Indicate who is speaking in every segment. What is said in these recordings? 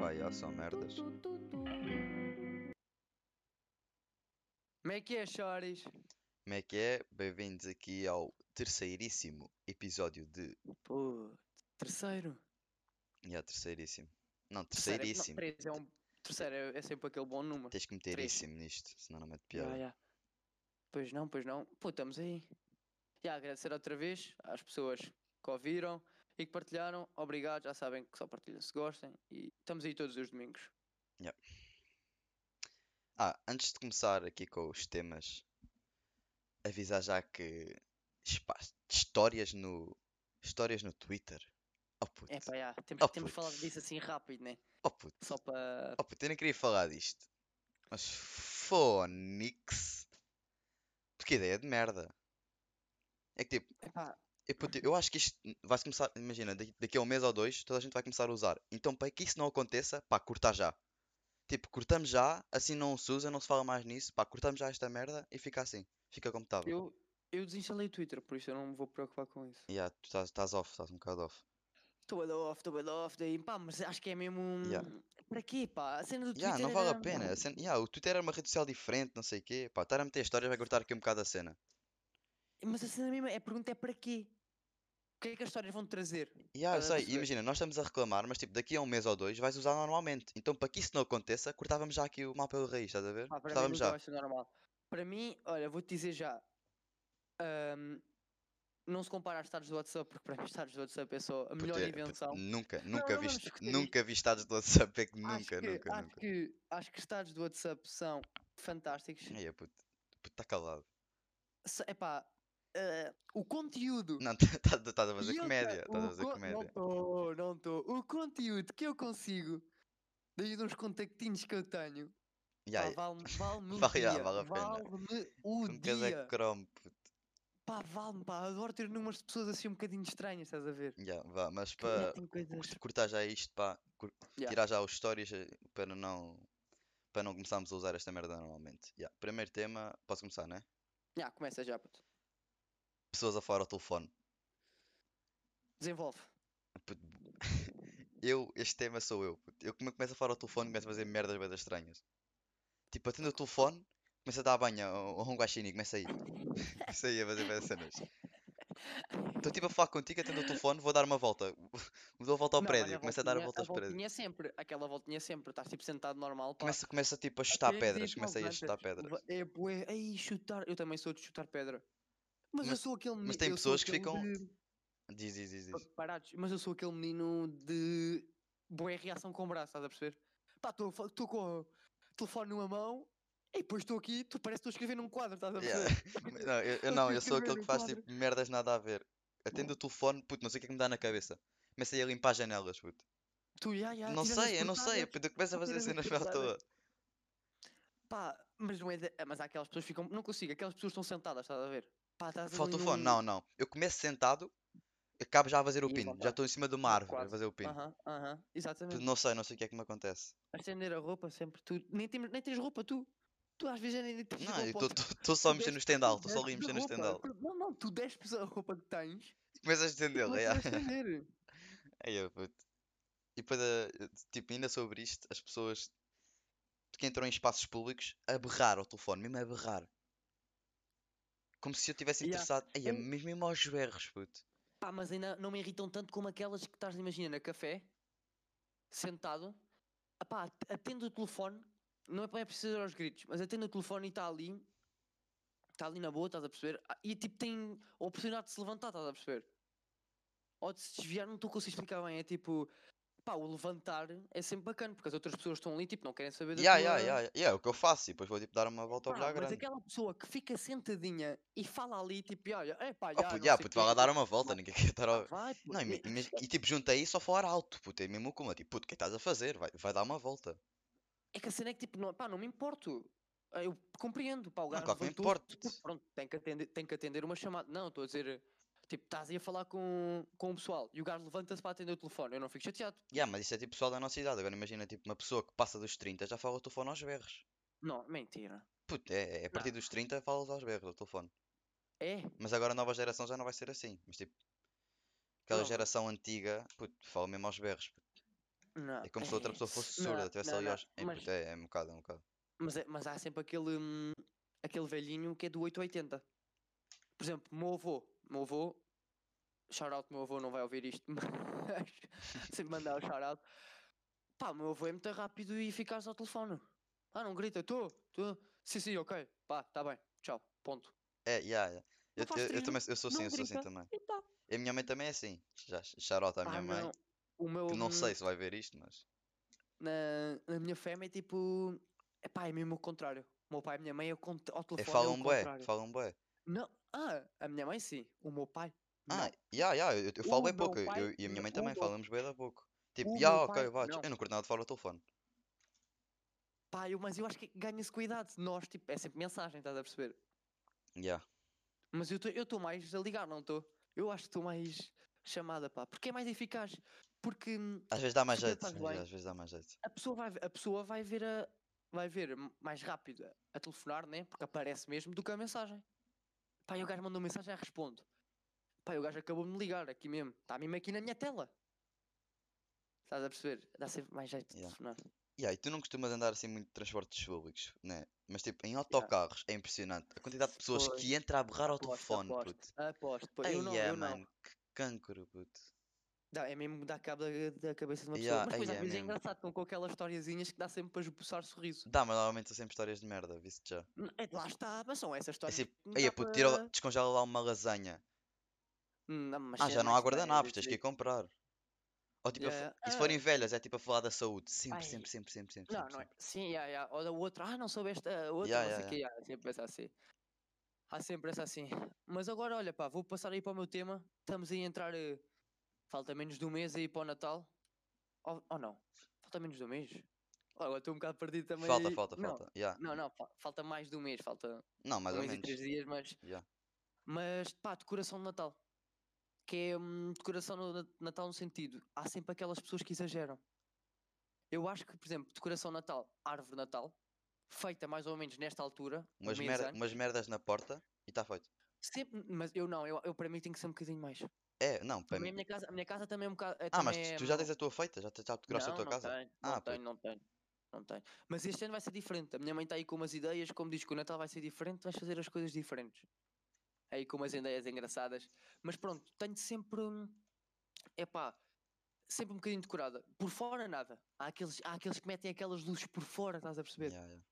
Speaker 1: Yaya são merdas.
Speaker 2: Como é que é, Chores?
Speaker 1: Como é que é? Bem-vindos aqui ao terceiríssimo episódio de.
Speaker 2: Pô, terceiro.
Speaker 1: Ya, terceiríssimo. Não,
Speaker 2: Terceiro é que não-
Speaker 1: terceiríssimo.
Speaker 2: três é um- Terceiro é- é sempre aquele bom número.
Speaker 1: Tens que meter
Speaker 2: Três.
Speaker 1: íssimo nisto, senão não mete
Speaker 2: Ya,
Speaker 1: piada.
Speaker 2: ya. Pois não, pois não. Pô, estamos aí. Já, agradecer outra vez às pessoas que ouviram e que partilharam. Obrigado, já sabem que só partilham se gostem. E estamos aí todos os domingos.
Speaker 1: Ah, antes de começar aqui com os temas, avisar já que espá, histórias no histórias no Twitter. Oh puto,
Speaker 2: É pá, já. Temos,
Speaker 1: Oh,
Speaker 2: temos
Speaker 1: puto.
Speaker 2: falado disso assim rápido, né?
Speaker 1: oh puto,
Speaker 2: Só para.
Speaker 1: oh puto, eu nem queria falar disto. Mas Fonix, porque ideia de merda. É que tipo,
Speaker 2: Epá,
Speaker 1: eu, puto, eu acho que isto vai começar, imagina, daqui, daqui a um mês ou dois toda a gente vai começar a usar. Então para que isso não aconteça, pá, cortar já. Tipo, cortamos já, assim não se usa, não se fala mais nisso, pá, cortamos já esta merda e fica assim, fica como estava.
Speaker 2: eu, eu desinstalei o Twitter, por isso eu não me vou preocupar com isso.
Speaker 1: Ya, tu estás, estás off, estás um bocado off.
Speaker 2: Estou a off, estou a off, daí, pá, mas acho que é mesmo. um-
Speaker 1: Ya.
Speaker 2: Para quê, pá? A cena do
Speaker 1: Ya,
Speaker 2: Twitter
Speaker 1: não vale a
Speaker 2: era-
Speaker 1: pena. A cena, ya, o Twitter é uma rede social diferente, não sei o quê. Pá, estar a meter histórias vai cortar aqui um bocado a cena.
Speaker 2: Mas a cena mesmo, a pergunta é para quê? O que é que as histórias vão trazer?
Speaker 1: Ya, eu
Speaker 2: Estás a
Speaker 1: sei,
Speaker 2: perceber?
Speaker 1: imagina, nós estamos a reclamar, mas tipo, daqui a um mês ou dois vais usar normalmente. Então, para que isso não aconteça, cortávamos já aqui o mal pela raiz, estás a ver?
Speaker 2: Pá, para mim
Speaker 1: Cortávamos
Speaker 2: nunca
Speaker 1: já.
Speaker 2: vai ser normal. Para mim, olha, vou-te dizer já. ahm, não se compara às tardes do WhatsApp, porque para mim as tardes do WhatsApp é só a
Speaker 1: Puto,
Speaker 2: melhor
Speaker 1: é- puto,
Speaker 2: invenção.
Speaker 1: nunca,
Speaker 2: Não,
Speaker 1: nunca
Speaker 2: não
Speaker 1: vi,
Speaker 2: vamos
Speaker 1: est-
Speaker 2: discutir isto.
Speaker 1: nunca vi estados do WhatsApp, é que
Speaker 2: acho
Speaker 1: nunca,
Speaker 2: que,
Speaker 1: nunca,
Speaker 2: acho
Speaker 1: nunca.
Speaker 2: Que, acho que estados do WhatsApp são fantásticos.
Speaker 1: Ai, é puto, puto, tá calado.
Speaker 2: Se- Epá, ah, o conteúdo.
Speaker 1: Não, estás estás a fazer
Speaker 2: E outra,
Speaker 1: comédia, É, estás a
Speaker 2: o
Speaker 1: fazer
Speaker 2: con- Não
Speaker 1: comédia.
Speaker 2: estou, não estou. O conteúdo que eu consigo, daí de uns contactinhos que eu tenho,
Speaker 1: Ya,
Speaker 2: pá,
Speaker 1: ya,
Speaker 2: vale-me vale
Speaker 1: Vale,
Speaker 2: o
Speaker 1: já,
Speaker 2: dia.
Speaker 1: vale a pena.
Speaker 2: Vale-me o
Speaker 1: um
Speaker 2: dia.
Speaker 1: casaco cromo, puto.
Speaker 2: Pá, vale-me, pá. Adoro ter números de pessoas assim um bocadinho estranhas, estás a ver?
Speaker 1: Ya, vá, mas
Speaker 2: Que ainda
Speaker 1: para.
Speaker 2: um tem coisas.
Speaker 1: cortar já isto, pá, cor-
Speaker 2: Ya.
Speaker 1: tirar já os stories eh, para não para não começarmos a usar esta merda normalmente. Ya, Primeiro tema, posso começar, né?
Speaker 2: Já, começa já, puto.
Speaker 1: Pessoas a falar ao telefone.
Speaker 2: Desenvolve.
Speaker 1: Puto, Eu, este tema sou eu. puto. Eu como eu começo a falar ao telefone, começo a fazer merdas bem estranhas. Tipo, atendo o telefone, começo a dar banho ao ao um guaxinim, começa aí. Começa aí a fazer bem cenas. Estou tipo a falar contigo, atendo o telefone, vou dar uma volta. Dou a volta ao
Speaker 2: Não, mas
Speaker 1: prédio, começo a dar a
Speaker 2: voltinha-
Speaker 1: volta aos prédios.
Speaker 2: voltinha é sempre. Aquela voltinha sempre. Estás tipo sentado normal, pá. É
Speaker 1: Começa, começa tipo a chutar
Speaker 2: Até
Speaker 1: pedras,
Speaker 2: diz,
Speaker 1: começa aí a chutar
Speaker 2: levantas,
Speaker 1: pedras.
Speaker 2: leva- É bué. Aí, chutar. Eu também sou de chutar pedra. Mas, eu
Speaker 1: Mas-
Speaker 2: sou aquele
Speaker 1: mas
Speaker 2: meni-
Speaker 1: tem
Speaker 2: eu sou
Speaker 1: pessoas que
Speaker 2: aquele
Speaker 1: ficam-
Speaker 2: de-
Speaker 1: Diz, diz, diz, diz.
Speaker 2: Pá, parados, mas eu sou aquele menino de boa reação com o braço, estás a perceber? Pá, estou com o telefone numa mão e depois estou aqui, tu parece que estou a escrever num quadro, estás a
Speaker 1: Yeah.
Speaker 2: perceber?
Speaker 1: Mas Não, eu, eu
Speaker 2: Não
Speaker 1: não,
Speaker 2: sei
Speaker 1: eu sou aquele
Speaker 2: escrever
Speaker 1: que
Speaker 2: um
Speaker 1: faz
Speaker 2: quadro.
Speaker 1: tipo merdas nada a ver. Atendo o telefone, puto, não sei o que é que me dá na cabeça. Comecei a limpar as janelas, puto.
Speaker 2: Tu, ya, ya,
Speaker 1: não
Speaker 2: tirando as
Speaker 1: sei, eu não sei,
Speaker 2: portadas.
Speaker 1: puto, eu começo a fazer
Speaker 2: tirando as
Speaker 1: cenas para
Speaker 2: portadas.
Speaker 1: toa.
Speaker 2: Pá, mas não é. de- ah, Mas há aquelas pessoas que ficam. Não consigo, aquelas pessoas estão sentadas, estás a ver? Pá, estás
Speaker 1: Falta o
Speaker 2: ali
Speaker 1: fone,
Speaker 2: num-
Speaker 1: não, não. Eu começo sentado, acabo já a fazer o
Speaker 2: E
Speaker 1: pino.
Speaker 2: voltar.
Speaker 1: Já estou em cima de uma árvore a
Speaker 2: quase.
Speaker 1: fazer o pino.
Speaker 2: Aham, aham,
Speaker 1: Puto,
Speaker 2: exatamente.
Speaker 1: Não sei, não sei o que é que me acontece.
Speaker 2: Acender a roupa sempre, tu. Nem, tem- nem tens roupa, tu. Tu às vezes nem tens
Speaker 1: Não,
Speaker 2: roupa.
Speaker 1: eu
Speaker 2: ou tu-
Speaker 1: estou só a
Speaker 2: tu
Speaker 1: mexer no
Speaker 2: despes- tu
Speaker 1: estendal, estou só ali a
Speaker 2: despes
Speaker 1: mexer
Speaker 2: a
Speaker 1: no
Speaker 2: roupa,
Speaker 1: estendal.
Speaker 2: tu- Não, não, tu despes a roupa que tens
Speaker 1: Começas a estendê-lo, é.
Speaker 2: Começam a estender.
Speaker 1: Aí eu, puto. E depois, eh, eh, tipo, ainda sobre isto, as pessoas que entram em espaços públicos a berrar ao telefone, mesmo a berrar. Como se eu estivesse
Speaker 2: Ya.
Speaker 1: interessado. Aí, é
Speaker 2: Ei.
Speaker 1: mesmo, mesmo aos berros, puto.
Speaker 2: Pá, mas ainda não me irritam tanto como aquelas que estás, imagina, na café, sentado, ah pá, at- atendo o telefone, não é para é preciso ir aos gritos, mas atendo o telefone e está ali, está ali na boa, estás a perceber? Ah, E tipo, tem a oportunidade de se levantar, estás a perceber? Ou de se desviar, não estou a conseguir explicar bem, é tipo, pá, o levantar é sempre bacana, porque as outras pessoas estão ali, tipo, não querem saber da
Speaker 1: Ya,
Speaker 2: tua...
Speaker 1: ya, ya, ya, é o que eu faço. E depois vou tipo dar uma volta ao
Speaker 2: Pá,
Speaker 1: olhar
Speaker 2: mas
Speaker 1: grande.
Speaker 2: aquela pessoa que fica sentadinha e fala ali, tipo, e olha, é pá,
Speaker 1: Oh,
Speaker 2: já,
Speaker 1: puto,
Speaker 2: não
Speaker 1: ya,
Speaker 2: sei
Speaker 1: puto,
Speaker 2: quê,
Speaker 1: vai lá dar
Speaker 2: tipo,
Speaker 1: uma volta, ninguém quer estar ao.
Speaker 2: Vai, pô,
Speaker 1: Não, e,
Speaker 2: é-
Speaker 1: me- mas- e, tipo, junta isso só falar alto, puto, é mesmo como, tipo, puto, o que é que estás a fazer? Vai, vai dar uma volta.
Speaker 2: É que a cena é que tipo, não, pá, não me importo. Ah, Eu compreendo, pá, o gajo
Speaker 1: claro que me
Speaker 2: levantou-se,
Speaker 1: importo.
Speaker 2: tipo, Pronto, tem que, atender, tem que atender uma chamada. Não, estou a dizer, tipo, estás aí a falar com, com o pessoal e o gajo levanta-se para atender o telefone. Eu não fico chateado.
Speaker 1: Ya, mas isso é tipo pessoal da nossa idade. Agora imagina, tipo, uma pessoa que passa dos 30 já fala ao telefone aos berros.
Speaker 2: Não, mentira.
Speaker 1: Puto, é, é a partir dos 30 falas aos berros ao telefone.
Speaker 2: É,
Speaker 1: Mas agora a nova geração já não vai ser assim. Mas tipo, aquela
Speaker 2: Não, mas-
Speaker 1: geração antiga, puto, fala mesmo aos berros. puto.
Speaker 2: Não,
Speaker 1: É como se a outra pessoa fosse
Speaker 2: Não,
Speaker 1: surda, tivesse
Speaker 2: não,
Speaker 1: ali
Speaker 2: não,
Speaker 1: aos. É,
Speaker 2: mas-
Speaker 1: puto, é, é um bocado, é um bocado.
Speaker 2: Mas, é- mas há sempre aquele, hum, aquele velhinho que é do 880. Por exemplo, meu avô. Meu avô. Shout out, meu avô não vai ouvir isto, mas sempre mandar o shout out. Pá, meu avô é muito rápido e eficaz ao telefone. Ah, não grita, tu, tu. Sim, sim, ok. Pá, tá bem. Tchau. Ponto.
Speaker 1: É, yeah, yeah. Eu,
Speaker 2: faz
Speaker 1: eu- eu
Speaker 2: trilho,
Speaker 1: também, eu sou assim,
Speaker 2: não
Speaker 1: eu sou assim
Speaker 2: grita.
Speaker 1: também.
Speaker 2: E tá.
Speaker 1: E a minha mãe também é assim. Já, xarota à
Speaker 2: Ah,
Speaker 1: minha mãe.
Speaker 2: não. O meu,
Speaker 1: Que não
Speaker 2: hum,
Speaker 1: sei se vai ver isto, mas.
Speaker 2: na, na minha fama é tipo. Epá, é mesmo o contrário. O meu pai e a minha mãe é o cont- ao
Speaker 1: É,
Speaker 2: telefone. é o
Speaker 1: falam bué,
Speaker 2: contrário.
Speaker 1: falam bué.
Speaker 2: Não. Ah, a minha mãe sim. O meu pai.
Speaker 1: Ah,
Speaker 2: não.
Speaker 1: yeah, yeah, eu, eu falo
Speaker 2: O
Speaker 1: bem
Speaker 2: meu
Speaker 1: pouco. eu-
Speaker 2: pai-
Speaker 1: eu- e a minha
Speaker 2: o
Speaker 1: mãe também,
Speaker 2: meu-
Speaker 1: falamos bem da pouco. Tipo,
Speaker 2: o
Speaker 1: yeah,
Speaker 2: meu
Speaker 1: ok,
Speaker 2: pai-
Speaker 1: vá.
Speaker 2: não.
Speaker 1: Eu não curto nada de falar ao telefone.
Speaker 2: Pá, eu, mas eu acho que ganha-se cuidado. Nós, tipo, é sempre mensagem, estás a perceber?
Speaker 1: Yeah.
Speaker 2: Mas eu estou mais a ligar, não estou? Eu acho que estou mais chamada, pá. Porque é mais eficaz. Porque hum,
Speaker 1: Às vezes dá mais
Speaker 2: Se
Speaker 1: jeito.
Speaker 2: pensares
Speaker 1: yeah,
Speaker 2: bem-
Speaker 1: Às vezes dá mais jeito.
Speaker 2: a pessoa vai, a pessoa vai ver a. Vai ver m- mais rápido a- a telefonar, né? Porque aparece mesmo do que a mensagem. Pá, e o gajo mandou mensagem, já respondo. Pá, e o gajo acabou de me ligar aqui mesmo. Está mesmo aqui na minha tela. Estás a perceber? Dá sempre mais jeito de
Speaker 1: Yeah.
Speaker 2: telefonar.
Speaker 1: Yeah, e tu não costumas andar assim muito de transportes públicos, né? Mas tipo, em autocarros é impressionante. A quantidade de pessoas
Speaker 2: Pois.
Speaker 1: que entra a berrar ao
Speaker 2: Aposto,
Speaker 1: telefone,
Speaker 2: aposto.
Speaker 1: puto.
Speaker 2: Aposto, pô. Eu não,
Speaker 1: Eia,
Speaker 2: eu não.
Speaker 1: mano, que cancro, puto.
Speaker 2: Dá, é mesmo dar cabo da, da cabeça de uma pessoa.
Speaker 1: Yeah,
Speaker 2: Mas depois
Speaker 1: aí
Speaker 2: às
Speaker 1: é
Speaker 2: vezes é
Speaker 1: mesmo.
Speaker 2: engraçado, estão com aquelas historiazinhas que dá sempre para esboçar sorriso.
Speaker 1: Dá, mas normalmente são sempre histórias de merda, visto já.
Speaker 2: N- é, Lá está, mas são essas
Speaker 1: É
Speaker 2: histórias.
Speaker 1: tipo,
Speaker 2: que não
Speaker 1: aí,
Speaker 2: dá
Speaker 1: puto, tira, lá-
Speaker 2: para-
Speaker 1: descongela lá uma lasanha.
Speaker 2: Hum, não, mas
Speaker 1: Ah,
Speaker 2: sim,
Speaker 1: já
Speaker 2: é
Speaker 1: não há
Speaker 2: mais
Speaker 1: guardanapos,
Speaker 2: sério,
Speaker 1: tens que ir
Speaker 2: tipo,
Speaker 1: comprar. Ou tipo, a fa-
Speaker 2: yeah,
Speaker 1: e se
Speaker 2: ah,
Speaker 1: forem velhas, é tipo a falar da saúde. Sempre,
Speaker 2: Ai.
Speaker 1: sempre, sempre, sempre, sempre.
Speaker 2: Não,
Speaker 1: sempre,
Speaker 2: não é.
Speaker 1: sempre.
Speaker 2: Sim, yeah, yeah. ou da outra, ah, não soubeste a outra,
Speaker 1: Yeah,
Speaker 2: não sei
Speaker 1: yeah,
Speaker 2: o que, yeah. sempre essa assim. Há sempre essa assim. Mas agora, olha, pá, vou passar aí para o meu tema. Estamos aí a entrar. eh, Falta menos de um mês aí para o Natal. Ou, ou não? Falta menos de um mês? Olha, agora estou um bocado perdido também.
Speaker 1: Falta,
Speaker 2: aí.
Speaker 1: falta,
Speaker 2: Não,
Speaker 1: falta. Yeah.
Speaker 2: Não, não, fa- falta mais de um mês, falta
Speaker 1: Não, mais
Speaker 2: um
Speaker 1: ou
Speaker 2: mês e
Speaker 1: menos.
Speaker 2: três dias, mas.
Speaker 1: Yeah.
Speaker 2: Mas pá, decoração de Natal. Que é hum, decoração no Nat- Natal no sentido. Há sempre aquelas pessoas que exageram. Eu acho que, por exemplo, decoração de Natal, árvore de Natal, feita mais ou menos nesta altura, um
Speaker 1: Umas,
Speaker 2: mês
Speaker 1: merda-
Speaker 2: antes,
Speaker 1: umas merdas na porta e está feito.
Speaker 2: sempre- mas eu não, eu, eu para mim tem que ser um bocadinho mais.
Speaker 1: É, não, para
Speaker 2: Também a
Speaker 1: mim.
Speaker 2: minha casa, a minha casa também é um bocado. é
Speaker 1: Ah, mas
Speaker 2: também
Speaker 1: tu-
Speaker 2: é,
Speaker 1: tu já
Speaker 2: hum,
Speaker 1: tens a tua feita? Já, te- já decoraste a
Speaker 2: não,
Speaker 1: tua
Speaker 2: não
Speaker 1: casa?
Speaker 2: Tenho,
Speaker 1: Ah,
Speaker 2: não
Speaker 1: pois.
Speaker 2: tenho, não tenho, não tenho. Mas este ano vai ser diferente. A minha mãe está aí com umas ideias, como diz que o Natal vai ser diferente, vais fazer as coisas diferentes. Aí com umas ideias engraçadas. Mas pronto, tenho sempre. É pá, sempre um bocadinho decorada. Por fora, nada. Há aqueles, há aqueles que metem aquelas luzes por fora, estás a perceber?
Speaker 1: Yeah, yeah.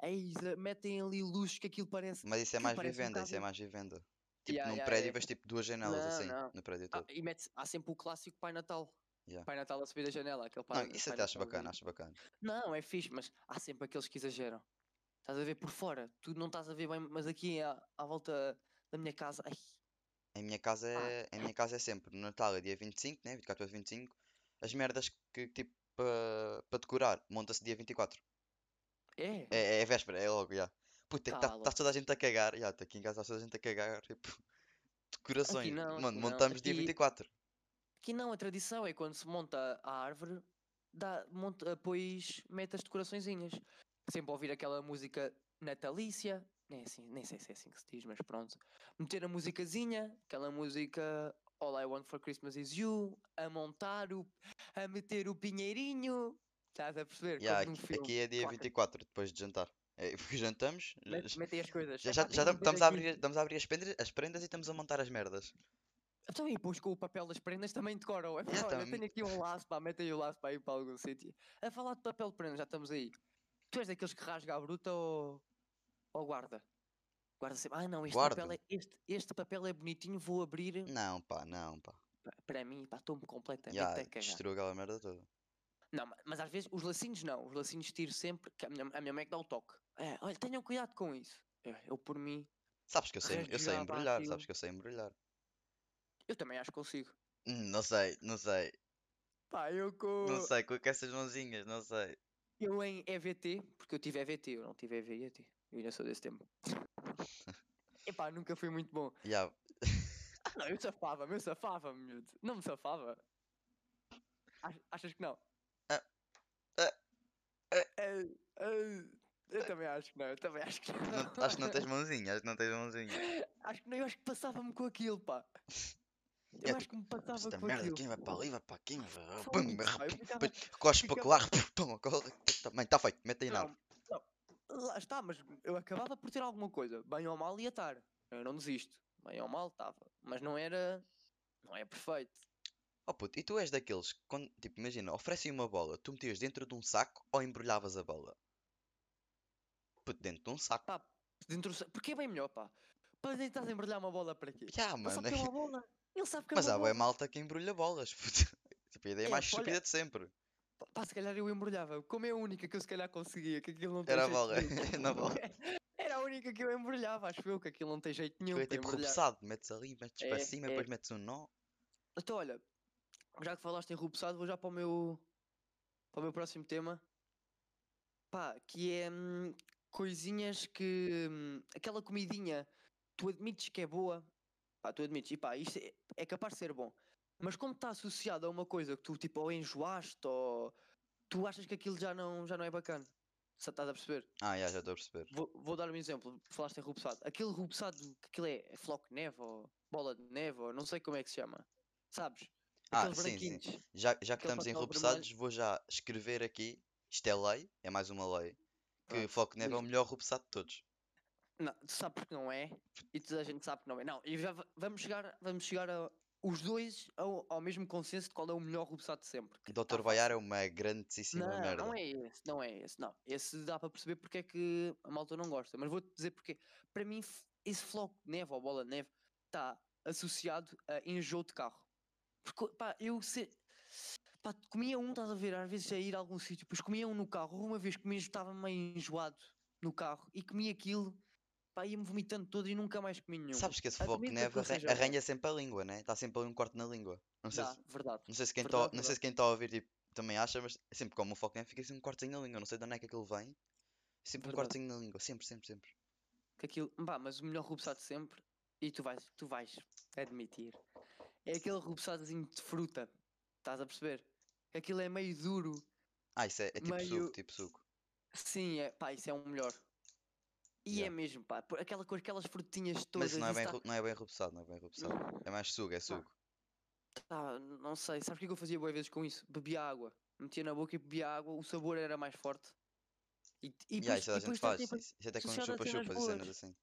Speaker 2: Aí metem ali luzes que aquilo parece.
Speaker 1: Mas isso é
Speaker 2: que
Speaker 1: mais
Speaker 2: parece um
Speaker 1: vivenda, isso é
Speaker 2: bocado-
Speaker 1: mais vivenda. Tipo,
Speaker 2: Yeah,
Speaker 1: num
Speaker 2: yeah,
Speaker 1: prédio
Speaker 2: é.
Speaker 1: vês tipo duas janelas
Speaker 2: Não,
Speaker 1: assim,
Speaker 2: não.
Speaker 1: no prédio
Speaker 2: Ah,
Speaker 1: todo.
Speaker 2: e mete há sempre o clássico Pai Natal.
Speaker 1: Yeah.
Speaker 2: Pai Natal a subir da janela. Aquele
Speaker 1: Não,
Speaker 2: pai,
Speaker 1: isso
Speaker 2: Pai
Speaker 1: até acho
Speaker 2: Natalzinho.
Speaker 1: bacana, acho bacana.
Speaker 2: Não, é fixe, mas há sempre aqueles que exageram. Estás a ver por fora, tu não estás a ver bem, mas aqui à, à volta da minha casa. Ai,
Speaker 1: Em minha casa
Speaker 2: Ah.
Speaker 1: é, em minha casa é sempre, no Natal é dia 25, né? 24 ou 25. As merdas que tipo para decorar, monta-se dia 24.
Speaker 2: é?
Speaker 1: É, é, é véspera, é logo, já. Puta, que tá,
Speaker 2: Cala.
Speaker 1: tá toda a gente a cagar, já, tá aqui em casa tá toda a gente a cagar, tipo, decorações.
Speaker 2: não,
Speaker 1: Mano,
Speaker 2: aqui não,
Speaker 1: montamos dia
Speaker 2: aqui-
Speaker 1: 24.
Speaker 2: Aqui não, a tradição é quando se monta a árvore, dá, monta, ah, pois mete as decoraçõezinhas. Sempre ouvir aquela música natalícia, nem, é assim, nem sei se é assim que se diz, mas pronto. Meter a musicazinha, aquela música All I Want for Christmas is You, a montar, o, a meter o pinheirinho. Estás a perceber?
Speaker 1: Já,
Speaker 2: Como num
Speaker 1: aqui,
Speaker 2: filme.
Speaker 1: aqui é dia
Speaker 2: claro.
Speaker 1: 24, depois de jantar. É, porque jantamos, já-
Speaker 2: Met- Metem as coisas.
Speaker 1: já,
Speaker 2: "Epá,
Speaker 1: já, já
Speaker 2: tenho
Speaker 1: tam-
Speaker 2: uma coisa
Speaker 1: estamos a
Speaker 2: aqui."
Speaker 1: abrir, estamos a abrir as prendas, as prendas e estamos a montar as merdas.
Speaker 2: Então, e depois com o papel das prendas também decoram. É, pá,
Speaker 1: Yeah,
Speaker 2: olha,
Speaker 1: também.
Speaker 2: tenho aqui um laço, pá, metem o laço para ir para algum sítio. A falar de papel de prendas, já estamos aí. Tu és daqueles que rasga a bruta ou, ou guarda? Guarda sempre. Ah, não, este papel,
Speaker 1: Guardo.
Speaker 2: é, este, este papel é bonitinho, vou abrir.
Speaker 1: Não, pá, não, pá.
Speaker 2: Pá, Para mim, pá, estou-me completamente
Speaker 1: Já,
Speaker 2: a cagar.
Speaker 1: destruiu aquela merda toda.
Speaker 2: Não, ma- mas às vezes os lacinhos não. Os lacinhos tiro sempre, que a minha, a minha mãe é que dá o toque. É, olha, tenham cuidado com isso. Eu, eu, por mim,
Speaker 1: Sabes que eu sei, eu sei
Speaker 2: Rasgava
Speaker 1: embrulhar, sabes
Speaker 2: aquilo.
Speaker 1: que eu sei embrulhar.
Speaker 2: eu também acho que consigo.
Speaker 1: Hum, Não sei, não sei,
Speaker 2: Pá, eu com.
Speaker 1: não sei, com essas mãozinhas, não sei.
Speaker 2: Eu em EVT, porque eu tive EVT, eu não tive EVT, eu ainda sou desse tempo. Epá, nunca fui muito bom.
Speaker 1: Já,
Speaker 2: Ah, não, eu safava, eu safava, miúdo. Não me safava. Ach- Achas que não?
Speaker 1: Ah, ah, ah.
Speaker 2: Eh, eh, eu também acho que não, eu também acho que não.
Speaker 1: não- acho que não tens mãozinha, acho que não tens mãozinha.
Speaker 2: Acho que não, eu acho que passava-me com aquilo, pá. Eu
Speaker 1: É,
Speaker 2: acho que me passava
Speaker 1: Esta
Speaker 2: com
Speaker 1: merda,
Speaker 2: aquilo.
Speaker 1: quem vai para ali, vai para aqui, vai-
Speaker 2: Só
Speaker 1: pum,
Speaker 2: isso,
Speaker 1: rap-
Speaker 2: pá, eu ficava-
Speaker 1: pum, corres para
Speaker 2: ficava-
Speaker 1: colar, pum, toma, corre, também está tá feito, mete aí na árvore.
Speaker 2: Não, não. Lá está, mas eu acabava por ter alguma coisa. Bem ou mal ia estar. Eu não desisto. Bem ou mal estava. Mas não era. Não é perfeito.
Speaker 1: Oh puto, e tu és daqueles que, quando, tipo, imagina, oferecem uma bola, tu metias dentro de um saco ou embrulhavas a bola? Puto, dentro de um saco.
Speaker 2: Pá, dentro do sa- Porque é bem melhor, pá. Para nem estás a embrulhar uma bola para quê?
Speaker 1: Ya,
Speaker 2: Ele
Speaker 1: mano,
Speaker 2: sabe que é uma bola. Ele sabe que é
Speaker 1: mas
Speaker 2: uma
Speaker 1: há bué
Speaker 2: bola.
Speaker 1: malta que embrulha bolas, puto. Tipo, a ideia
Speaker 2: É,
Speaker 1: mais
Speaker 2: olha-
Speaker 1: estúpida de sempre.
Speaker 2: Pá, Pá, se calhar eu embrulhava. Como é a única que eu se calhar conseguia, que aquilo não tem
Speaker 1: Era a
Speaker 2: jeito
Speaker 1: bola, é
Speaker 2: nenhum.
Speaker 1: na bola.
Speaker 2: Era a única que eu embrulhava, acho eu, que aquilo não tem jeito nenhum.
Speaker 1: Tu é
Speaker 2: para
Speaker 1: tipo
Speaker 2: embrulhar.
Speaker 1: rebuçado, metes ali, metes para
Speaker 2: É,
Speaker 1: cima,
Speaker 2: é.
Speaker 1: depois metes um nó.
Speaker 2: Então, olha, já que falaste em rubuçado, vou já para o meu, para o meu próximo tema. Pá, que é hum, coisinhas que. hum, aquela comidinha, tu admites que é boa. Pá, tu admites, e pá, isto é, é capaz de ser bom. Mas como está associado a uma coisa que tu tipo ou enjoaste ou tu achas que aquilo já não, já não é bacana. Se estás a perceber?
Speaker 1: Ah, já, já estou a perceber.
Speaker 2: Vou, vou dar um exemplo, falaste em rubuçado. Aquele rubuçado, que aquilo é, é floco de neve ou bola de neve ou não sei como é que se chama. Sabes?
Speaker 1: Ah,
Speaker 2: Aqueles
Speaker 1: sim, sim.
Speaker 2: branquinhos.
Speaker 1: Já, já que
Speaker 2: Aquele
Speaker 1: estamos
Speaker 2: papel
Speaker 1: enrupescados, vou já escrever aqui, isto é lei, é mais uma lei, que
Speaker 2: Pronto,
Speaker 1: Foco Neve é o
Speaker 2: diz.
Speaker 1: melhor rupesado de todos.
Speaker 2: Não, tu sabes que não é e toda a gente sabe que não é. Não, e já va- vamos chegar, vamos chegar a, os dois ao, ao mesmo consenso de qual é o melhor rubuçado de sempre. que tá
Speaker 1: Dr. Vaiar é uma grandíssima
Speaker 2: Não,
Speaker 1: merda.
Speaker 2: não é esse, não é esse, não. Esse dá para perceber porque é que a malta não gosta, mas vou-te dizer porque. Para mim, f- esse floco de neve ou bola de neve está associado a enjoo de carro. Porque, pá, eu se... pá, comia um, estás a ver, às vezes a ir a algum sítio, depois comia um no carro. Houve Uma vez que me estava meio enjoado no carro e comia aquilo, pá, ia-me vomitando todo e nunca mais comi nenhum.
Speaker 1: Sabes que esse Foco
Speaker 2: Admito que
Speaker 1: Neve
Speaker 2: não
Speaker 1: arran-
Speaker 2: seja bom.
Speaker 1: arranha sempre a língua, né? Está sempre ali um corte na língua. Não sei
Speaker 2: Dá,
Speaker 1: se,
Speaker 2: verdade.
Speaker 1: não sei se quem
Speaker 2: verdade,
Speaker 1: está não sei se quem tá a ouvir tipo, também acha, mas sempre como o Foco Neve fica sempre um cortezinho na língua. Não sei de onde é que aquilo vem. Sempre um
Speaker 2: Verdade.
Speaker 1: cortezinho na língua, sempre, sempre, sempre.
Speaker 2: que aquilo, pá, mas o melhor rubuçado de sempre, e tu vais, tu vais admitir, é aquele rubuçadozinho de fruta. Estás a perceber? Aquilo é meio duro.
Speaker 1: Ah, isso é, é tipo
Speaker 2: Meio-
Speaker 1: suco, tipo suco.
Speaker 2: Sim, é, pá, isso é um melhor. E
Speaker 1: Yeah.
Speaker 2: é mesmo, pá, por aquela, com aquelas frutinhas todas.
Speaker 1: Mas isso não é
Speaker 2: isso
Speaker 1: bem,
Speaker 2: tá-
Speaker 1: ru- não é bem rupesado, não é bem rupesado. É mais suco, é suco.
Speaker 2: tá, não sei, sabes o que é que eu fazia boas vezes com isso? Bebia água, metia na boca e bebia água, o sabor era mais forte. E, e
Speaker 1: E aí,
Speaker 2: depois-
Speaker 1: isso toda a
Speaker 2: e
Speaker 1: gente
Speaker 2: depois tá
Speaker 1: faz.
Speaker 2: sempre-
Speaker 1: Isso isso até com
Speaker 2: associado a cenas
Speaker 1: chupa-chupas e cenas
Speaker 2: boas.
Speaker 1: assim.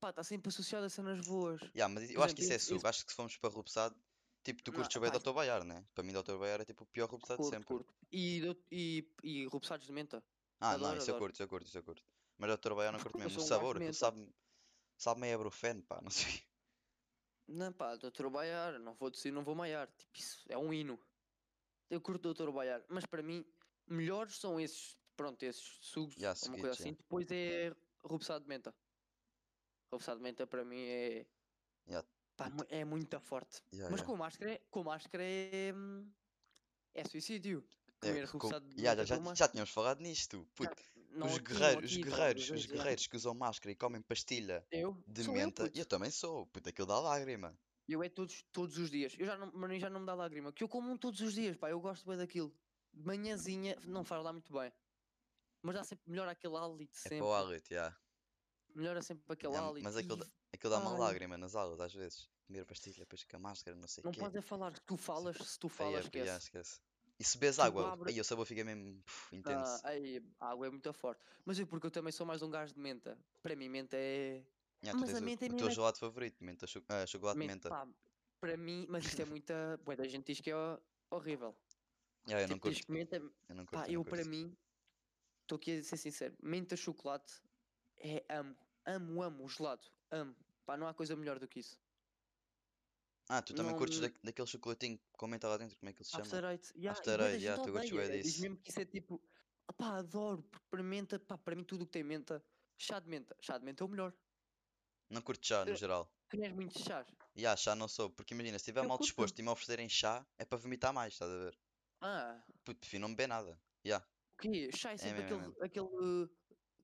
Speaker 2: pá, está sempre associado a cenas boas.
Speaker 1: Ya, mas eu
Speaker 2: Por
Speaker 1: acho que
Speaker 2: exemplo, Ah,
Speaker 1: isso é
Speaker 2: esse-
Speaker 1: suco.
Speaker 2: esse-
Speaker 1: Acho que se formos para Rupesado, tipo, tu
Speaker 2: Não,
Speaker 1: curtes o bem
Speaker 2: pá,
Speaker 1: Dr. Baiar, né? Para mim, Dr. Baiar é tipo o pior Rupesado de
Speaker 2: Curto,
Speaker 1: sempre.
Speaker 2: curto. E, dou- e, e rubuçados de menta.
Speaker 1: Ah, não,
Speaker 2: Adoro,
Speaker 1: isso eu
Speaker 2: adoro.
Speaker 1: curto, isso eu curto, isso eu curto. Mas Dr. Baiar não curto
Speaker 2: Mas
Speaker 1: mesmo. O
Speaker 2: eu um gosto
Speaker 1: sabor,
Speaker 2: de
Speaker 1: aquilo
Speaker 2: menta.
Speaker 1: sabe, sabe meio a brufen, pá, não sei.
Speaker 2: Não, pá, Doutor Baiar, não vou descer, não vou maiar. Tipo, isso é um hino. Eu curto Doutor Baiar, mas para mim, melhores são esses, pronto, esses sugos,
Speaker 1: Já,
Speaker 2: uma coisa
Speaker 1: suquitos, já.
Speaker 2: assim. Depois é rubuçado de menta. Rubuçado de menta para mim é.
Speaker 1: Já.
Speaker 2: Pá, mu- é muito forte.
Speaker 1: Ya,
Speaker 2: mas
Speaker 1: ya.
Speaker 2: com máscara, é- com máscara é. hum, É suicídio.
Speaker 1: É,
Speaker 2: Comer
Speaker 1: com-
Speaker 2: rubuçado de
Speaker 1: Ya,
Speaker 2: menta.
Speaker 1: já,
Speaker 2: com
Speaker 1: já, já
Speaker 2: máscara.
Speaker 1: tínhamos falado nisto. Puto,
Speaker 2: tipo Não
Speaker 1: os
Speaker 2: é tipo aqui, não
Speaker 1: guerreiros, os
Speaker 2: aqui, pá,
Speaker 1: guerreiros, os
Speaker 2: já.
Speaker 1: guerreiros que usam máscara e comem pastilha
Speaker 2: é. Eu?
Speaker 1: de
Speaker 2: Sou eu,
Speaker 1: menta,
Speaker 2: puto.
Speaker 1: eu também sou, puto, aquilo dá lágrima.
Speaker 2: Eu é todos, todos os dias. Eu já não, mas já não me dá lágrima. Que eu como um todos os dias, pá. Eu gosto bem daquilo. De manhãzinha, não faz lá muito bem. Mas dá sempre melhor aquele hálito.
Speaker 1: É
Speaker 2: Sempre.
Speaker 1: para o hálito, já.
Speaker 2: Melhora sempre aquele
Speaker 1: Ya,
Speaker 2: hálito.
Speaker 1: mas aquilo, dá-
Speaker 2: e
Speaker 1: aquilo dá uma
Speaker 2: ai.
Speaker 1: lágrima nas aulas, às vezes. Comer pastilha, depois com a máscara, não sei o
Speaker 2: Não
Speaker 1: quê.
Speaker 2: podes é falar. Se tu falas, se tu
Speaker 1: Aí
Speaker 2: falas,
Speaker 1: é, pá, já,
Speaker 2: esquece. Tipo,
Speaker 1: esquece. E se bebes
Speaker 2: Tu
Speaker 1: água,
Speaker 2: abres-
Speaker 1: aí o sabor fica mesmo puf, é intenso.
Speaker 2: Ah, aí, a água é muito forte. Mas eu, porque eu também sou mais um gajo de menta. Para mim, menta é.
Speaker 1: Ya, tu
Speaker 2: mas a
Speaker 1: tens o-
Speaker 2: menta é
Speaker 1: o teu
Speaker 2: mesmo a-
Speaker 1: gelado favorito, menta, cho- ah, chocolate de
Speaker 2: men-
Speaker 1: menta.
Speaker 2: pá, para mim, mas isto é muita. Bué da gente diz que é ho- horrível.
Speaker 1: Ya, Ah, eu não
Speaker 2: tipo, diz
Speaker 1: curto,
Speaker 2: que menta
Speaker 1: eu não
Speaker 2: Pá,
Speaker 1: curto, eu
Speaker 2: eu
Speaker 1: não
Speaker 2: para
Speaker 1: curto.
Speaker 2: mim, estou aqui a ser sincero, menta chocolate é amo, amo, amo o gelado, amo. Pá, não há coisa melhor do que isso.
Speaker 1: Ah, tu também curtes
Speaker 2: não- Ah,
Speaker 1: da- daquele chocolatinho com menta lá dentro, como é que ele se chama?
Speaker 2: After Eight, yeah,
Speaker 1: After
Speaker 2: e bué da
Speaker 1: Eight, yeah,
Speaker 2: gente
Speaker 1: tu gostas bué
Speaker 2: odeia, Diz
Speaker 1: disso.
Speaker 2: mesmo que isso é tipo, "Ah pá, adoro, porque para menta, pá, para mim tudo o que tem menta, chá de menta, chá de menta é o melhor.
Speaker 1: Não curto chá, no
Speaker 2: Eh,
Speaker 1: geral.
Speaker 2: Tu não és muito de chás.
Speaker 1: Ya, chá não sou, porque imagina, se estiver
Speaker 2: Eu
Speaker 1: mal
Speaker 2: curto.
Speaker 1: disposto e me oferecerem chá, é para vomitar mais, estás a ver?
Speaker 2: Ah,
Speaker 1: Puto, prefiro não beber nada.
Speaker 2: o quê? Chá é sempre
Speaker 1: mesmo, é
Speaker 2: aquele, aquele,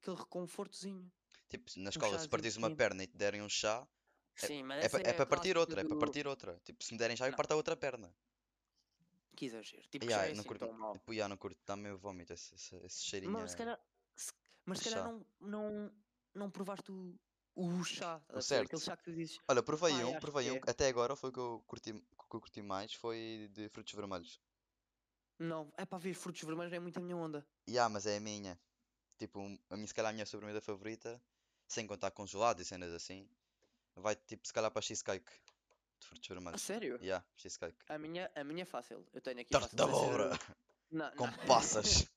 Speaker 2: aquele reconfortozinho.
Speaker 1: Tipo, na escola, se
Speaker 2: Um chazinho
Speaker 1: partires uma
Speaker 2: pequeno.
Speaker 1: perna e te derem um chá,
Speaker 2: Sim, mas
Speaker 1: é,
Speaker 2: essa
Speaker 1: pa- é
Speaker 2: a
Speaker 1: para partir
Speaker 2: clássica
Speaker 1: outra, é para
Speaker 2: do-
Speaker 1: partir outra. Tipo, se me derem chá, eu
Speaker 2: Não.
Speaker 1: parto a outra perna.
Speaker 2: Que exagero, tipo,
Speaker 1: Ya,
Speaker 2: chá é
Speaker 1: eu não
Speaker 2: assim
Speaker 1: curto,
Speaker 2: tão mau.
Speaker 1: Pô, ya, não curto, dá-me vómito esse, esse, esse cheirinho.
Speaker 2: Mas se
Speaker 1: é-
Speaker 2: calhar, se- mas se calhar não, não, não provaste o, o chá. estás a perceber?
Speaker 1: certo.
Speaker 2: Aquele chá que tu dizes.
Speaker 1: Olha, provei
Speaker 2: Pai,
Speaker 1: um,
Speaker 2: acho
Speaker 1: provei
Speaker 2: que
Speaker 1: um,
Speaker 2: é.
Speaker 1: que até agora foi o que eu curti, que eu curti mais, foi de frutos vermelhos.
Speaker 2: Não, é para ver frutos vermelhos, não é muito a minha onda.
Speaker 1: Ya, mas é a minha. Tipo, um- a minha, se calhar, a minha sobremesa favorita, sem contar com gelado e cenas assim, vai tipo, se calhar, para cheesecake de frutos
Speaker 2: A
Speaker 1: vermelhos.
Speaker 2: sério?
Speaker 1: Ya, cheesecake.
Speaker 2: A minha, a minha é fácil. Eu tenho aqui.
Speaker 1: Tarte
Speaker 2: fácil,
Speaker 1: da
Speaker 2: vai ser
Speaker 1: abóbora,
Speaker 2: o- Não,
Speaker 1: com
Speaker 2: não.
Speaker 1: passas.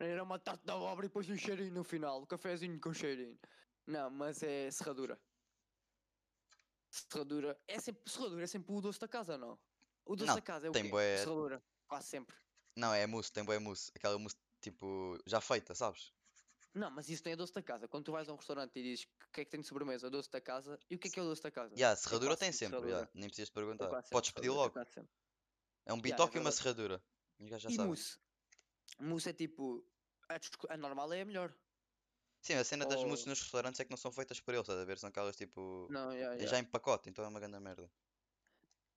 Speaker 2: Era uma tarte da obra e depois um cheirinho no final. Cafezinho com cheirinho. Não, mas é serradura. Serradura. É sempre, serradura é sempre o doce da casa, não? O doce
Speaker 1: Não,
Speaker 2: da casa é o
Speaker 1: tem
Speaker 2: quê?
Speaker 1: bué-
Speaker 2: Serradura. Quase sempre.
Speaker 1: Não, é mousse, tem bué mousse. Aquela mousse, tipo, já feita, sabes?
Speaker 2: Não, mas isso não é doce da casa. Quando tu vais a um restaurante e dizes o que é que tem de sobremesa, o doce da casa, e o que é que é o doce da casa?
Speaker 1: Ya, serradura
Speaker 2: quase
Speaker 1: tem
Speaker 2: sempre
Speaker 1: sempre, ya,
Speaker 2: serradura.
Speaker 1: nem precisas de
Speaker 2: É
Speaker 1: perguntar.
Speaker 2: quase sempre
Speaker 1: Podes pedir
Speaker 2: serradura, é
Speaker 1: logo.
Speaker 2: quase sempre.
Speaker 1: É um
Speaker 2: Ya, é
Speaker 1: bitoque e uma
Speaker 2: verdade.
Speaker 1: serradura. Os gajos já
Speaker 2: E
Speaker 1: sabem.
Speaker 2: mousse? Mousse é tipo. A, desco- a normal é a melhor.
Speaker 1: Sim, a cena das mousses
Speaker 2: Ou-
Speaker 1: nos restaurantes é que não são feitas por eles, estás a ver? São aquelas tipo.
Speaker 2: Não, yeah,
Speaker 1: é
Speaker 2: yeah.
Speaker 1: Já em pacote, então é uma grande merda.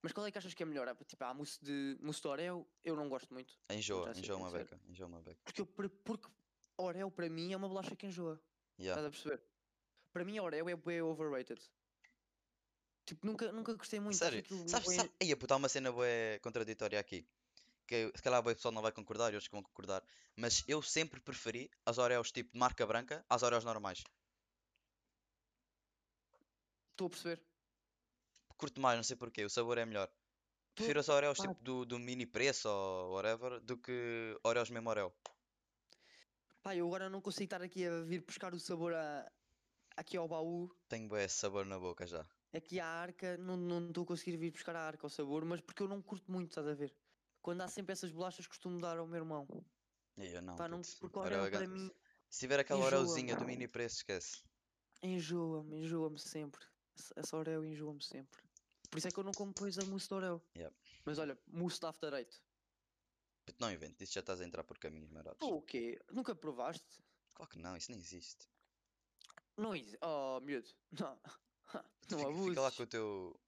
Speaker 2: Mas qual é que achas que é melhor? Há, Tipo, há mousse de, mousse de Oreo, eu não gosto muito.
Speaker 1: Enjoa,
Speaker 2: a ser
Speaker 1: enjoa uma
Speaker 2: sincero.
Speaker 1: beca, enjoa uma beca.
Speaker 2: Porque, eu pre- porque Oreo para mim é uma bolacha que enjoa.
Speaker 1: Ya.
Speaker 2: Estás a perceber? Para mim Oreo é bué overrated. Tipo, nunca, nunca gostei muito. acho
Speaker 1: Sério,
Speaker 2: aquilo
Speaker 1: sabes,
Speaker 2: bué-
Speaker 1: sabe... Ei, puta, há uma cena bué contraditória aqui. Que se calhar o pessoal não vai concordar e outros que vão concordar. Mas eu sempre preferi as Oreos tipo de marca branca às Oreos normais.
Speaker 2: Estou a perceber.
Speaker 1: Curto mais, não sei porquê, o sabor é melhor. Prefiro as Oreos
Speaker 2: pá.
Speaker 1: tipo do, do mini preço ou whatever do que Oreos mesmo Oreo.
Speaker 2: Pá, eu agora não consigo estar aqui a vir buscar o sabor a, aqui ao baú,
Speaker 1: Tenho bué esse sabor na boca já.
Speaker 2: aqui à arca. Não estou não estou a conseguir vir buscar a arca ao sabor, mas porque eu não curto muito, estás a ver? Quando há sempre essas bolachas, costumo dar ao meu irmão.
Speaker 1: E eu não,
Speaker 2: Pá, não,
Speaker 1: puto.
Speaker 2: porque
Speaker 1: Oreo é
Speaker 2: Oreo para
Speaker 1: grande.
Speaker 2: mim
Speaker 1: Se tiver aquela
Speaker 2: enjoa.
Speaker 1: Oreozinha do mini preço, esquece.
Speaker 2: Enjoa-me, enjoa-me sempre. Essa- Essa Oreo enjoa-me sempre. Por isso é que eu não como depois a mousse de Oreo.
Speaker 1: Yep.
Speaker 2: Mas olha, mousse de After Eight.
Speaker 1: Puto, Não inventes, isso já estás a entrar por caminhos marados.
Speaker 2: Tu o quê? Nunca provaste?
Speaker 1: Claro que não, isso nem existe.
Speaker 2: Não existe. Oh, miúdo. Não.
Speaker 1: Fica,
Speaker 2: Não
Speaker 1: fica lá com
Speaker 2: abuses.
Speaker 1: o teu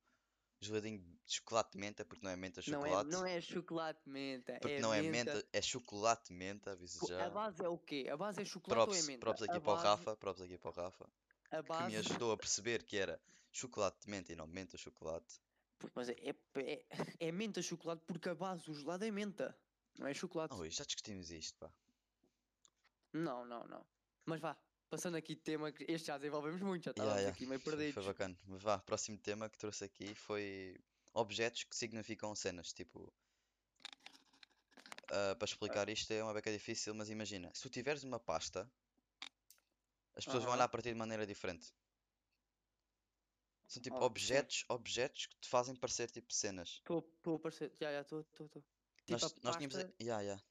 Speaker 1: geladinho de chocolate de menta, porque não é menta
Speaker 2: Não é,
Speaker 1: chocolate.
Speaker 2: não é chocolate de menta.
Speaker 1: Porque
Speaker 2: é
Speaker 1: não é
Speaker 2: menta.
Speaker 1: menta, é chocolate de menta, aviso
Speaker 2: Co-
Speaker 1: já.
Speaker 2: A base é o quê? A base é chocolate ou é
Speaker 1: Props,
Speaker 2: menta?
Speaker 1: props aqui
Speaker 2: a
Speaker 1: para o
Speaker 2: base,
Speaker 1: Rafa, props aqui para o Rafa,
Speaker 2: A
Speaker 1: que
Speaker 2: base...
Speaker 1: me ajudou a perceber que era chocolate de menta e não menta chocolate.
Speaker 2: Pô, Mas é, é- é, é menta chocolate porque a base do gelado é menta. Não é chocolate.
Speaker 1: Oh, já discutimos isto, pá.
Speaker 2: Não, não, não. Mas vá, passando aqui de tema, que este já desenvolvemos muito, já
Speaker 1: Ya,
Speaker 2: estávamos
Speaker 1: ya,
Speaker 2: aqui meio
Speaker 1: Foi, foi
Speaker 2: perdidos.
Speaker 1: bacana. Mas vá, próximo tema que trouxe aqui foi objetos que significam cenas. Tipo, ah, para explicar isto é uma beca difícil, mas imagina, se tu tiveres uma pasta, as pessoas vão
Speaker 2: Aham.
Speaker 1: olhar para ti de maneira diferente. São tipo
Speaker 2: Oh, sim.
Speaker 1: objetos, objetos que te fazem parecer tipo cenas.
Speaker 2: Estou a parecer. Já, já, estou, estou, estou.
Speaker 1: Nós, nós tínhamos. Tipo a- Ya, ya.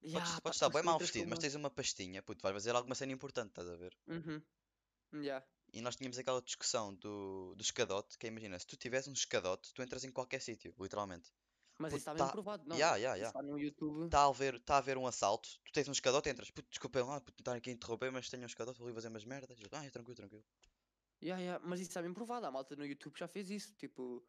Speaker 2: Podes,
Speaker 1: Podes, podes estar bem mal vestido, mas tens uma pastinha, puto, vais fazer alguma cena importante, estás a ver?
Speaker 2: Uhum. Já.
Speaker 1: E nós tínhamos aquela discussão do, do escadote, que é, imagina, se tu tiveres um escadote, tu entras em qualquer sítio, literalmente.
Speaker 2: Mas
Speaker 1: Puto,
Speaker 2: isso está
Speaker 1: tá-
Speaker 2: mesmo provado, não?
Speaker 1: Ya, ya,
Speaker 2: isso
Speaker 1: ya.
Speaker 2: Está no YouTube.
Speaker 1: Está a haver, tá a haver um assalto, tu tens um escadote, entras, puto, desculpem lá, puto, estar aqui a interromper, mas tenho um escadote, vou ali fazer umas merdas. E eles, Ah, é tranquilo, tranquilo.
Speaker 2: Ya, ya, Mas isso está bem provado. A malta no YouTube já fez isso. Tipo,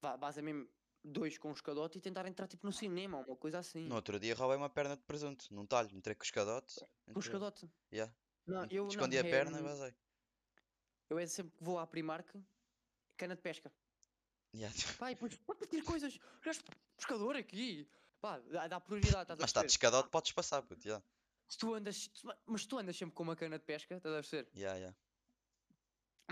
Speaker 2: vá, basta mesmo dois com um escadote e tentar entrar tipo no cinema, uma coisa assim.
Speaker 1: No outro dia roubei uma perna de presunto, num talho, entrei com o escadote,
Speaker 2: Com o
Speaker 1: entrei,
Speaker 2: Um escadote.
Speaker 1: Ya.
Speaker 2: Não,
Speaker 1: en-
Speaker 2: eu não,
Speaker 1: escondi a
Speaker 2: é,
Speaker 1: perna e
Speaker 2: hum,
Speaker 1: vazei.
Speaker 2: Eu é sempre que vou à Primark, cana de pesca.
Speaker 1: Ya,
Speaker 2: Pá, e depois para pedir coisas. Já és pescador aqui. Pá, dá, dá prioridade, estás a
Speaker 1: Mas tá está de
Speaker 2: perceber?
Speaker 1: escadote, podes passar, puto, ya,
Speaker 2: Se tu andas, se- mas tu andas sempre com uma cana de pesca, estás a perceber?
Speaker 1: ya, ya.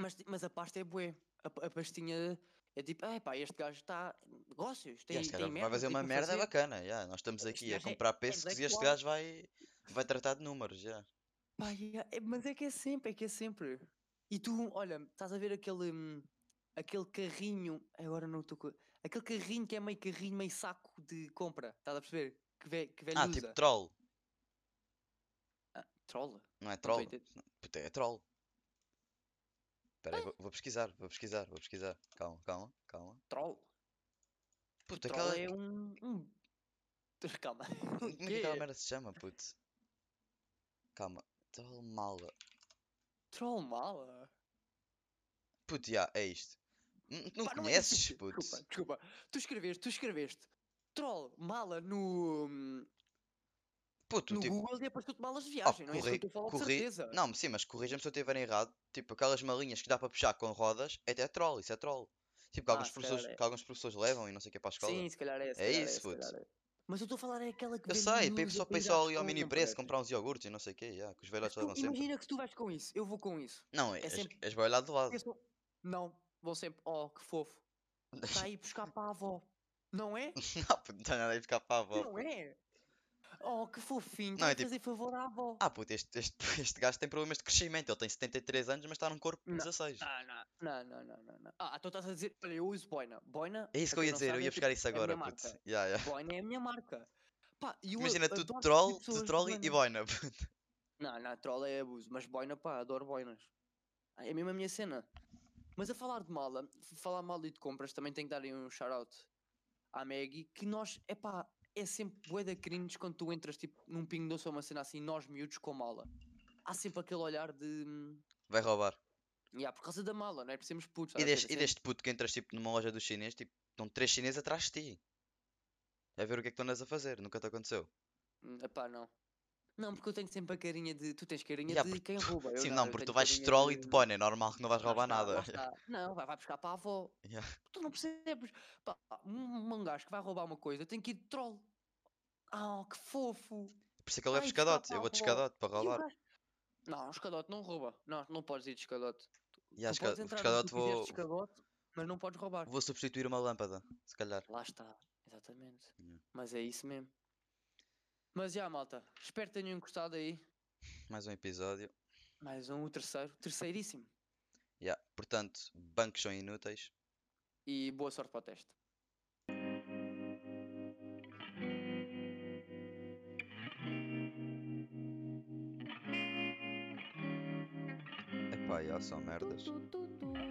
Speaker 2: Mas, ti- mas a pasta é bué. A, pa- a pastinha é tipo, "Ai, pá, este gajo está. Negócios, tem,
Speaker 1: Ya, este
Speaker 2: tem
Speaker 1: gajo
Speaker 2: merda.
Speaker 1: vai fazer
Speaker 2: tem
Speaker 1: uma
Speaker 2: que
Speaker 1: merda
Speaker 2: fazer."
Speaker 1: bacana, ya, Nós estamos
Speaker 2: Este
Speaker 1: aqui a
Speaker 2: gajo é-
Speaker 1: comprar
Speaker 2: é
Speaker 1: pêssegos e este
Speaker 2: bacana.
Speaker 1: gajo vai, vai tratar de números, ya.
Speaker 2: Pá, ya, é- mas é que é sempre, é que é sempre. E tu, olha, estás a ver aquele. hum, aquele carrinho. Agora não estou. co- Aquele carrinho que é meio carrinho, meio saco de compra, estás a perceber? Que, ve, que velho
Speaker 1: Ah,
Speaker 2: usa.
Speaker 1: tipo troll,
Speaker 2: Trola.
Speaker 1: não é
Speaker 2: Não tô a
Speaker 1: troll?
Speaker 2: entender.
Speaker 1: Puta, é troll. Espera aí, vou, vou pesquisar, vou pesquisar, vou pesquisar. Calma, calma, calma.
Speaker 2: Troll.
Speaker 1: Puta,
Speaker 2: Troll
Speaker 1: aquela.
Speaker 2: é um. um... Calma.
Speaker 1: Como
Speaker 2: O
Speaker 1: é que aquela
Speaker 2: quê?
Speaker 1: merda se chama, puto? Calma. Troll mala.
Speaker 2: Troll mala.
Speaker 1: Puto, já, é isto. N- Não
Speaker 2: Pá, é
Speaker 1: conheces,
Speaker 2: possível.
Speaker 1: puto.
Speaker 2: Desculpa, desculpa. Tu escreveste, tu escreveste. Troll, mala no. hum,
Speaker 1: Puto,
Speaker 2: no
Speaker 1: tipo, Ah,
Speaker 2: Google e apareceu-te malas de viagem, não é isso que
Speaker 1: corri-
Speaker 2: eu estou a falar de
Speaker 1: corri-
Speaker 2: certeza.
Speaker 1: Não, sim, mas corrija-me se eu estiver errado. Tipo, aquelas malinhas que dá para puxar com rodas, é, é troll, isso é troll. Tipo, que
Speaker 2: Ah,
Speaker 1: alguns,
Speaker 2: se calhar
Speaker 1: professores,
Speaker 2: é.
Speaker 1: que alguns professores levam e não sei o que para a escola.
Speaker 2: Sim, se calhar é. se
Speaker 1: É
Speaker 2: calhar
Speaker 1: isso,
Speaker 2: se
Speaker 1: puto.
Speaker 2: calhar é. Mas eu estou a falar é aquela que
Speaker 1: eu
Speaker 2: vem
Speaker 1: sei, para ir
Speaker 2: miúdos
Speaker 1: só
Speaker 2: a
Speaker 1: para ir só
Speaker 2: pegar
Speaker 1: ali ao
Speaker 2: escolas,
Speaker 1: mini
Speaker 2: não
Speaker 1: preço,
Speaker 2: parece?
Speaker 1: comprar uns iogurtes e não sei o que, que os velhotes
Speaker 2: é Tu
Speaker 1: levam sempre.
Speaker 2: imagina que tu vais com isso, eu vou com isso.
Speaker 1: Não,
Speaker 2: é
Speaker 1: és,
Speaker 2: sempre- é
Speaker 1: és baralhado de lado.
Speaker 2: Eu sou- Não, vou sempre, oh, que fofo. Está aí buscar para a avó. Não é?
Speaker 1: Não, puto, Ah, não tem nada a ficar para a avó.
Speaker 2: Não é? Oh, que fofinho.
Speaker 1: Não,
Speaker 2: Não,
Speaker 1: é
Speaker 2: é
Speaker 1: tipo-
Speaker 2: fazer favor à avó.
Speaker 1: Ah, puto, este, este, este gajo tem problemas de crescimento. Ele tem 73 anos, mas está num corpo de
Speaker 2: Não.
Speaker 1: 16.
Speaker 2: Ah, não. Não, não, não, não, não. Ah, então estás a dizer, olha, eu uso boina. Boina.
Speaker 1: É isso
Speaker 2: pra
Speaker 1: que eu ia
Speaker 2: quem não
Speaker 1: dizer, eu
Speaker 2: sabe,
Speaker 1: ia
Speaker 2: é tipo,
Speaker 1: buscar isso
Speaker 2: a minha
Speaker 1: agora, puto.
Speaker 2: marca.
Speaker 1: Ya, ya.
Speaker 2: Boina é a minha marca. Pá, e eu
Speaker 1: Imagina
Speaker 2: a-
Speaker 1: tudo
Speaker 2: adoro
Speaker 1: troll,
Speaker 2: pessoas
Speaker 1: de
Speaker 2: de
Speaker 1: troll e- e
Speaker 2: boina.
Speaker 1: boina, puto.
Speaker 2: Não, não, troll é abuso, mas boina, pá, adoro boinas. Ah, É mesmo a minha cena. Mas a falar de mala, f- falar mal e de compras, também tenho que dar aí um shout-out à Maggie, que nós, é pá, é sempre bué da cringe quando tu entras tipo num pingo doce ou uma cena assim, nós miúdos com mala. Há sempre aquele olhar de. hum,
Speaker 1: Vai roubar.
Speaker 2: Ya, por causa da mala, não é? Por sermos putos.
Speaker 1: E
Speaker 2: estás a ver?
Speaker 1: deste,
Speaker 2: É
Speaker 1: e
Speaker 2: sempre-
Speaker 1: deste puto que entras tipo numa loja dos chineses, tipo, estão três chineses atrás de ti. A ver o que é que tu andas a fazer, nunca te aconteceu.
Speaker 2: Hum, Epá, não. Não, porque eu tenho sempre a carinha de. Tu tens carinha
Speaker 1: Ya,
Speaker 2: de
Speaker 1: porque
Speaker 2: quem
Speaker 1: tu-
Speaker 2: rouba. Eu
Speaker 1: Sim,
Speaker 2: não,
Speaker 1: não,
Speaker 2: eu
Speaker 1: porque tu
Speaker 2: tenho
Speaker 1: vais de
Speaker 2: carinha
Speaker 1: troll e
Speaker 2: de-
Speaker 1: de boina, é normal que não vais
Speaker 2: Lá
Speaker 1: roubar
Speaker 2: está, lá
Speaker 1: nada.
Speaker 2: está. Não, vai, vai buscar para a avó.
Speaker 1: Ya.
Speaker 2: Tu não percebes. Pá, um, um gajo que vai roubar uma coisa tem que ir de troll. Ah, que fofo.
Speaker 1: Por isso é que eu levo
Speaker 2: Ai, buscar
Speaker 1: escadote,
Speaker 2: para
Speaker 1: eu
Speaker 2: a
Speaker 1: vou de
Speaker 2: avó.
Speaker 1: escadote para
Speaker 2: E o
Speaker 1: roubar.
Speaker 2: gajo- Não, um escadote não rouba. Não, não podes ir de escadote.
Speaker 1: E acho
Speaker 2: tu podes
Speaker 1: que
Speaker 2: entrar
Speaker 1: escadote
Speaker 2: onde tu quiseres
Speaker 1: vou,
Speaker 2: de escadote, mas não podes roubar.
Speaker 1: vou substituir uma lâmpada, se calhar.
Speaker 2: Lá está, exatamente.
Speaker 1: Yeah.
Speaker 2: Mas é isso mesmo. Mas já, malta, espero que tenham gostado aí.
Speaker 1: Mais um episódio.
Speaker 2: Mais um, o terceiro, terceiríssimo.
Speaker 1: Ya, Portanto, bancos são inúteis.
Speaker 2: E boa sorte para o teste.
Speaker 1: Epá, já são merdas.
Speaker 3: Tu, tu, tu, tu.